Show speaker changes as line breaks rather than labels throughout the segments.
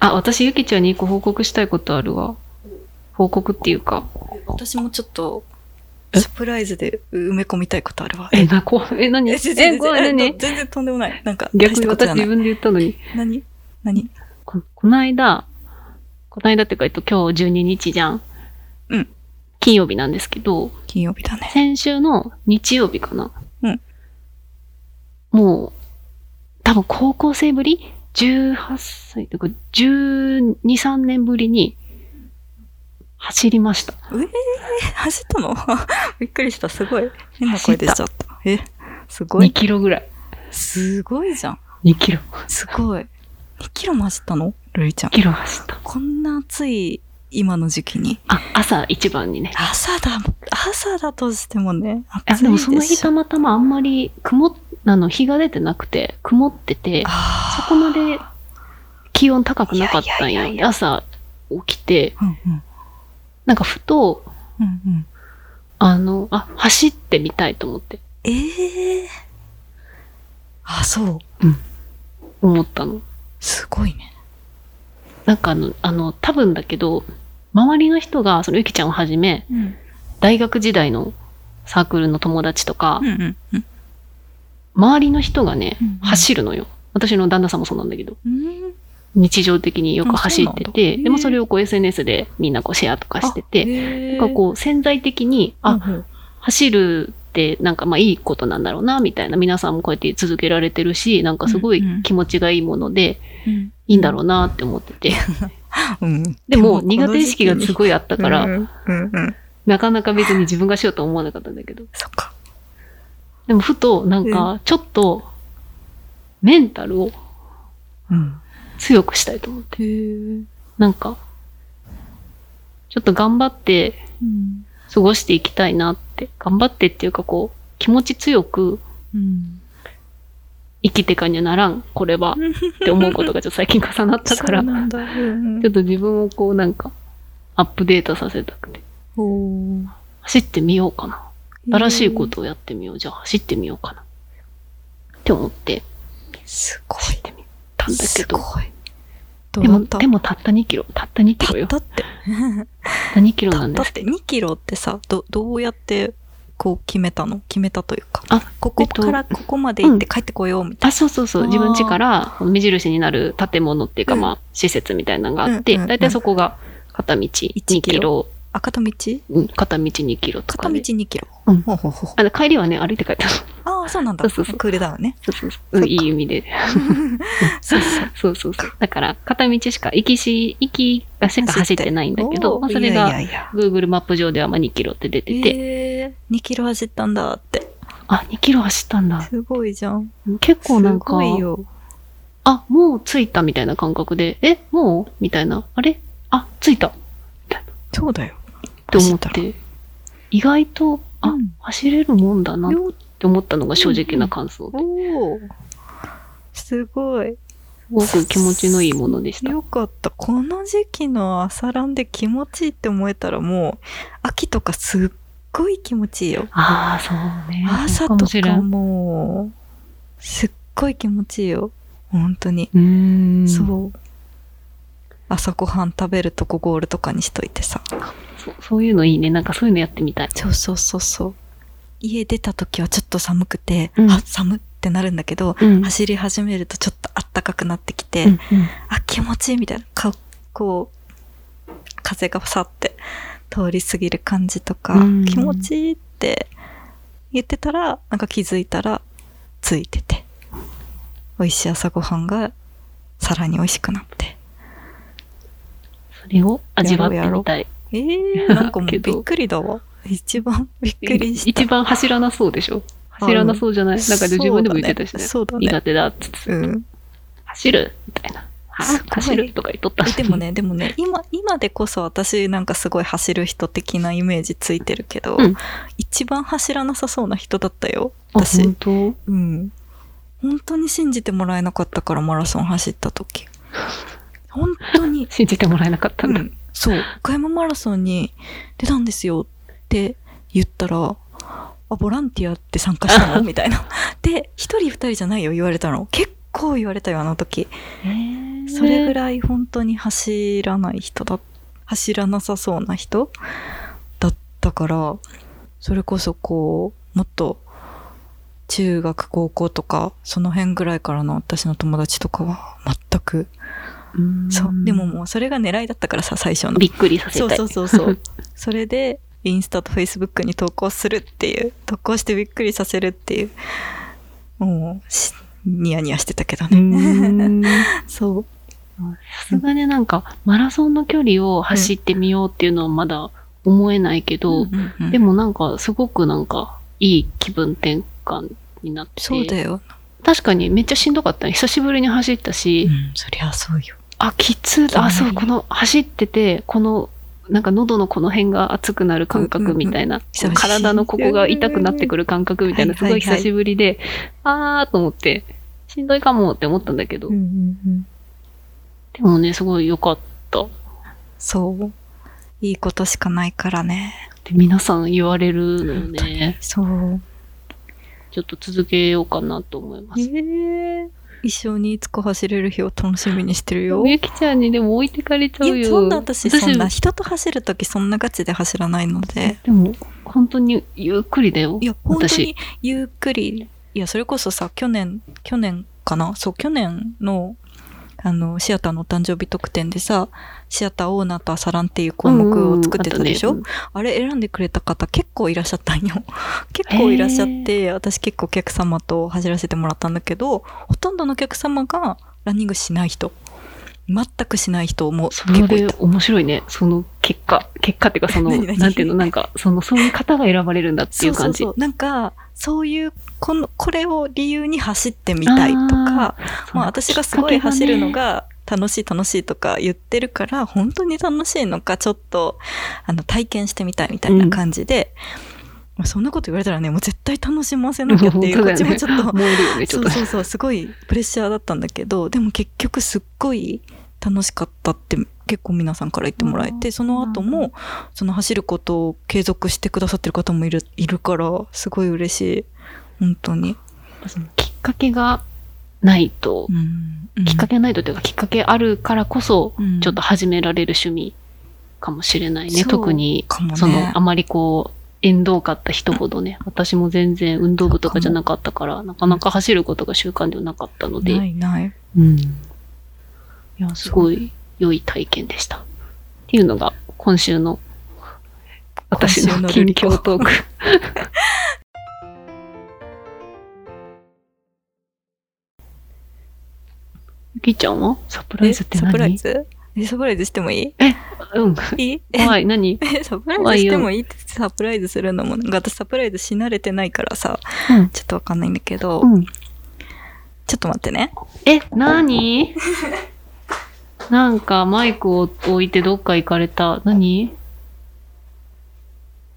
あ、私、ゆきちゃんに一個報告したいことあるわ。報告っていうか。
私もちょっと、
え
サプライズで埋め込みたいことあるわ。
え、な、こ、え、何
え
え、
全然
ごめん、
全然
何
全然とんでもない。なんか、大
逆
した
に
こ
私
とじゃな
自
い。
分で言ったのに。
何何
ここの間、この間っていうか、えっと、今日12日じゃん。
うん。
金曜日なんですけど、
金曜日だね。
先週の日曜日かな。
うん。
もう、多分高校生ぶり ?18 歳とか、12、3年ぶりに、走りました。
え、走ったの びっくりした。すごい。変な声出ちゃった。え、すご
2
い。
キロぐらい。
すごいじゃん。
2キロ。
すごい。2キロも走ったのルイちゃん
2。キロ走った。
こんな暑い今の時期に。
あ、朝一番にね。
朝だもん、朝だとしてもね、
あ
暑い
でもその
で
日
しょ。
たまたまあんまり曇っあの日が出てなくて曇ってて
あ
そ
ー
こまで気温高くなかったん
いやいや
よ朝起きて
うんうん。
なんかふと
うんうん。
あのあ走ってみたいと思って
ええあ、そう。
思ったの
すごいね。
なんかあのあの多分だけど周りの人がそのゆきちゃんをはじめ
うん。
大学時代のサークルの友達とか
うんうんうん。
周りの人がね
うんうん
走るのよ私の旦那さんもそうなんだけど
うん。
日常的によく走って
あそうなん
て
だ
でもそれをこう SNS でみんなこうシェアとかしてて
て
なんかこう潜在的に、
う
あ、
んうん、
走るってなんかまあいいことなんだろうな、みたいな。皆さんもこうやって続けられてるし、なんかすごい
うんうん
気持ちがいいもので、
うん、
いいんだろうなって思ってて。
うん。
でも苦手意識がす
い
ごいあったから、
うんうんうん。
なかなか別に自分がしようとは思わなかったんだけど。
そっか。
でもふとなんかちょっとメンタルを
うん。
強くしたいと思って。
へえ。
なんか、ちょっと頑張って
うん。
過ごしていきたいなって。頑張ってっていうかこう、気持ち強く
うん。
生きてかにゃならん、これは。って思うことがちょっと最近重なったから、 ち
そうなんだ。うんうん
ょっと自分をこうなんか、アップデートさせたくて。
おー
走ってみようかな。新しいことをやってみよう。じゃあ走ってみようかな。って思って
すごい。
走ってみたんだけ
す
ど。
ごい。ど
で
うだっ
も、
た
でもたった2キロ。たった2キロよ。た
だだって。
った2キロ
だ
なんで
だ
す
っ。て2キロってさどどうやってこう決めたの決めたというか
あ、
こ
え
こ
っと
からここまで行って帰ってこようみたい
あ、そうそうそう。
あー
自分家から目印になる建物っていうか、
うん
まあ、施設みたいなのがあって、
うんうんうん
だいたいそこが片道2キロ、
キな、あ片道
うん、片道2キロとか
片
で、
道2キロ、
うん
ほうほうほう
あで帰りはね、歩いて帰った の。
ああそうなんだ
そうそうそう
クールダウンね
そうそうそう。うんいい意味で。
そうそう
そうそうそう。だから、片道しか、行きし、行きがしか走ってないんだけど、
おー
まあ、それ
いや
が、
いやいや
Google マップ上ではまあ2キロって出てて、
えー、2キロ走ったんだって
あ、2キロ走ったんだ。
すごいじゃん
結
す
構なんか
ご、いよ
あ、もう着いたみたいな感覚で、え、もうみたいな。あれあ、着いたっ
そうだよ
て思っ
走
て、意外と、あ、
うん
走れるもんだな
た
っ
らよ
て思ったのが正直な感想。
おーすご
す
い
ごく気持ちのいいものでした。
よかった。この時期の朝ランで気持ちいいって思えたらもう、秋とかすっごい気持ちいいよ。
ああ、そうね。
朝
そう
と
もしれ
か
ん
もう、すっごい気持ちいいよ。本当に。
うーん。そう。
そう。朝ごはん食べるとこゴールとかにしといてさ。
そういうのいいね。なんかそういうのやってみたい。
そうそうそうそう。家出た時はちょっと寒くて、
うん
あ、寒ってなるんだけど、
うん
走り始めるとちょっとあったかくなってきて、
うんうん
あ、気持ちいいみたいな。かこう、風がさって通り過ぎる感じとか
うん、
気持ちいいって言ってたら、なんか気づいたら、ついてて。美味しい朝ごはんが、さらに美味しくなって。
それを味わってみたい。
えー、なんかもう
け
び
ど
っくりだわ。一番びっくりし
一番走らなそうでしょ走らなそうじゃないなんか
そうだね
自分でも言ってたしね。
そうだね
苦手だっつって。
た。うん。
走るみたいな。は
すごい
走るとか言っと ったのに
でも。ね、でもね、今、今でこそ私なんかすごい走る人的なイメージついてるけど、
うん
一番走らなさそうな人だったよ。
あ、
私。
本当。
うん。本当に信じてもらえなかったからマラソン走った時。本当に
信じてもら えなかった
うん
だ。
ん。そう。岡山マラソンに出たんですよって言ったら、あ、ボランティアって参加した のみたいな。で、一人二人じゃないよ言われたの。結構言われたよ、あの時。それぐらい本当に走らない人だ走らなさそうな人だったからそれこそこうもっと中学高校とかその辺ぐらいからの私の友達とかは全く
うん
そうでももうそれが狙いだったからさ最初の
びっくりさせた
そ
いう
そうそうそうそれでインスタとフェイスブックに投稿するっていう投稿してびっくりさせるっていうもうしニヤニヤしてたけ ど
う
ね、
ん
そう
さすがねなんかマラソンの距離を走ってみようっていうのはまだ思えないけど、
うんうんうん
でもなんかすごくなんかいい気分転換になって
そうだよ、
確かにめっちゃしんどかったね久しぶりに走ったし、
うん、そりゃそうよ
あきつ
きつい
あそうこの走っててこのなんか喉のこの辺が熱くなる感覚みたいな、
久しぶり
体のここが痛くなってくる感覚みたいな、
はいはいはい
すごい久しぶりで、あーと思ってしんどいかもって思ったんだけど、
うんうんうん
でもねすごい良かったっ
そういいことしかないからね
て皆さん言われるのね
そう
ちょっと続けようかなと思います。
一緒にいつか走れる日を楽しみにしてるよ
みゆきちゃんにでも置いてかれちゃうよ。
いやそんな私そんな人と走る時そんなガチで走らないので
でも、本当にゆっくりだよ。
いや、本当
私
にゆっくり。いや、それこそさ、去年、去年かなそう、去年の、あの、シアターのお誕生日特典でさ、シアターオーナーとアサランっていう項目を作ってたでしょ、
うんうんあ
あれ選んでくれた方結構いらっしゃったんよ。 結構いらっしゃって、私結構お客様と走らせてもらったんだけど、ほとんどのお客様がランニングしない人。全くしない人も
とねそ
結構い
れ
た。
面白いね。その結果、結果っていうか、その、
何何
なんていうの、なんか、その、そういう方が選ばれるんだっていう感じ。
そうそうそうなんかそういうこのこれを理由に走ってみたいとかまあ、私がすごい走るのが楽しい楽しいとか言ってるから、本当に楽しいのか、ちょっと、あの、体験してみたいみたいな感じで、まあそんなこと言われたらね、もう絶対楽しませなきゃってい
本
う、
当だ
こっ
よ
ち
ね
もちょっと、
燃えるよね、 ち
そ
ょっ
う
と。
そうそう、すごいプレッシャーだったんだけど、でも結局すっごい楽しかったって結構皆さんから言ってもらえ
う
て、
ん
その後
なる
も、その走ることを継続してくださってる方もいる、いるから、すごい嬉しい。本当に。
そのきっかけがないと、
うん
きっかけないとというか、きっかけあるからこそ、
うん
ちょっと始められる趣味かもしれないね。
そう
特に
かもね
その、あまりこう、縁遠かった人ほどね、私も全然運動部とかじゃなかったから、なかなか走ることが習慣ではなかったの
な
で、
いない。
うん。いや、すごい良い体験でした。っていうのが、今週の、私
今週
の
の
近
ルリコ
況トー ク。ゆきちゃんはサプライズって
え
何
サプライズえサプライズしてもい
うん。
い いいえ
怖い、何
えサプライズしてもいいってサプライズするのもなんか私サプライズし慣れてないからさ
うん。
ちょっとわかんないんだけど、
うん。
ちょっと待ってね
え、なになんかマイクを置いてどっか行かれた。なに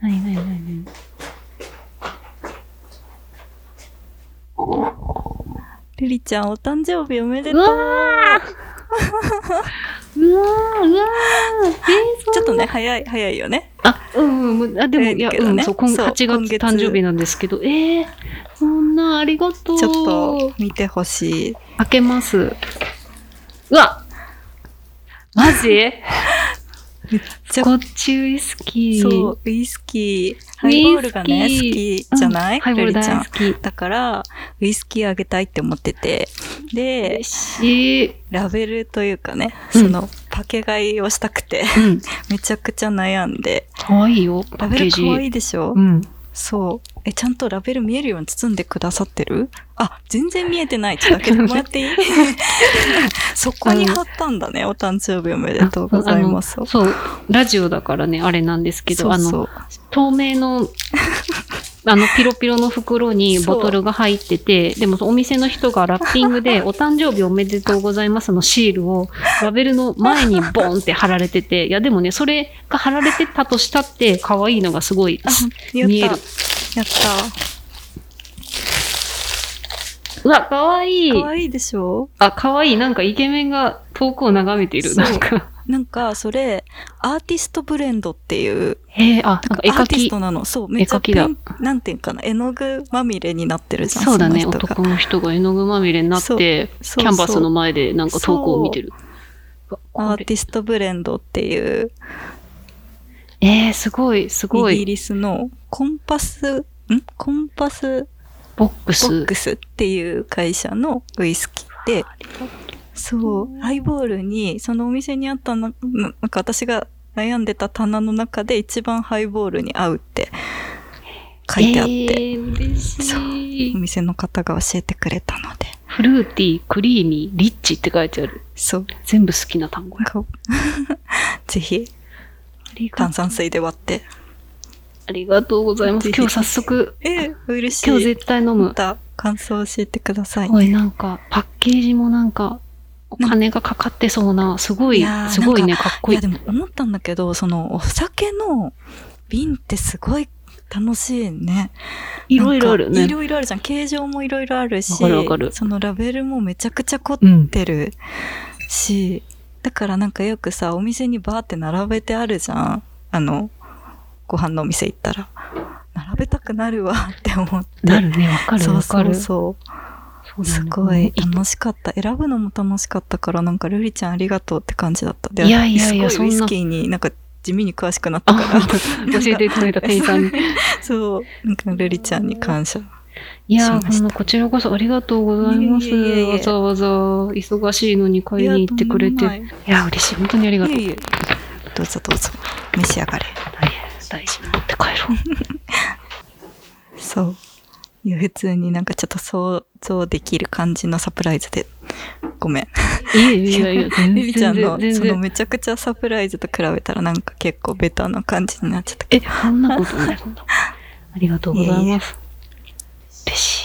なになになに
リリちゃんお誕生日おめで
う
とう
わ ーうわーうわーえーそん
ちょっとね早い早いよね
あ、うんうんうん。あ、でも、
えー
いや、
けど
う
ね
ん、そう、今
そう
8月
今月
誕生日なんですけど、えー、そんな、ありがとう。
ちょっと見てほしい
開けます。うわマジ
ちゃ
こっちウイスキー。
そうウイスキーハイボールがね
ウイス
好
キ
きじゃない、
うんハイボール
リリちゃ
大好
ん
き。
だからウイスキーあげたいって思っててで
嬉しい。
ラベルというかね
うん
そのパケ買いをしたくて
うん。
めちゃくちゃ悩んで
かわいいよ、パ
ラ
ッ
ベ
ケー
ル
ジ。
可愛いでしょ、
うん。
そうえちゃんとラベル見えるように包んでくださってるあ全然見えてないちょっと開けてもら っていいそこに貼ったんだねお誕生日おめでとうございます
あのそう、ラジオだからね、あれなんですけど、
そう
あの、
そう
透明 の、あの、ピロピロの袋に
そう
ボトルが入ってて、でもお店の人がラッピング で、お誕生日おめでとうございますのシールを、ラベルの前にボンって貼られてて、いや、でもね、それが貼られてたとしたって、可愛いのがすごい
あやった
見える。
やった
うわ、可愛い
可愛いでしょ
あ、可愛いなんかイケメンが遠くを眺めている。
そう
なんか。
なんかそれアーティストブレンドっていう
へえ、あ、
な
なんん
か
か
絵
絵
描
描
きアーティス
き
ト。なのそうめっちゃ
絵描きだ
ペンなんていうかな絵の具まみれになってるじゃん
そうだね、
の人が
男の人が絵の具まみれになって、
そう
キャンバ
そ
ス
う
の前でなんか遠くを見てる。うわ
ア
こ
ー
れ
ティストブレンドっていう
えー、すごい、すご
イギ
い。
リスのコンパスんコンパス
ボック
ボ
ス
ッ。クスっていう会社のウイスキーでそうハイボールにそのお店にあったなななんか私が悩んでた棚の中で一番ハイボールに合うって書いてあって、
えー、嬉
そ
し
お
い。
店の方が教えてくれたので
フルーティー、クリーミー、リッチって書いてある。
そう
全部好きな単語
な
や
ん。か ぜひ炭酸水で割って
ありがとうございます。今日早速、
えー、嬉しい
今日絶対飲
ま
む。
た感想教えてください
おい、なんか、パッケージもなんか、お金がかかってそうな、すご
い
い
やー、
すごいね、かっこ
い
いい
や。でも思ったんだけどそのお酒の瓶ってすごい楽しいね
いろいろある
なん
ね
かい。ろいろあるじゃん。形状もいろいろあるし、
わかるわかる
そのラベルもめちゃくちゃ凝っ
うん。
てるし、だからなんかよくさ、お店にバーって並べてあるじゃん。あの、ご飯のお店行ったら。並べたくなるわって思って。
なるね、わかる
そう
わ
そ
か
う
る。
そ
そうだ
う。
よ
す
ね
ごい
い
楽しかった。選ぶのも楽しかったから、なんかルリちゃんありがとうって感じだった。で
いやいやいや
すごいウイ
そん
ス
な
キーになんか地味に詳しくなったか
あ
ら。
教えてくれた店 員さんに。
そう。なんかルリちゃんに感謝。
いや
し
ー、
ました
こんなこちらこそありがとうございます。
いえいえいえいえ
わざわざ忙しいのに買いに行ってくれて。
い
い
やとんでもな
や
い
ー、嬉しい。本当にありがとう。
いえいえどうぞどうぞ召し上がれ
大大事な持って帰ろう。
そういや普通になんかちょっと想像できる感じのサプライズでごめん
いやいやいや、全
リリちゃ
然
んの
全
その
然。
めちゃくちゃサプライズと比べたらなんか結構ベタな感じになっちゃったけ
え、
ど
そんなことない。そんなことないありがとうございます。嬉しい。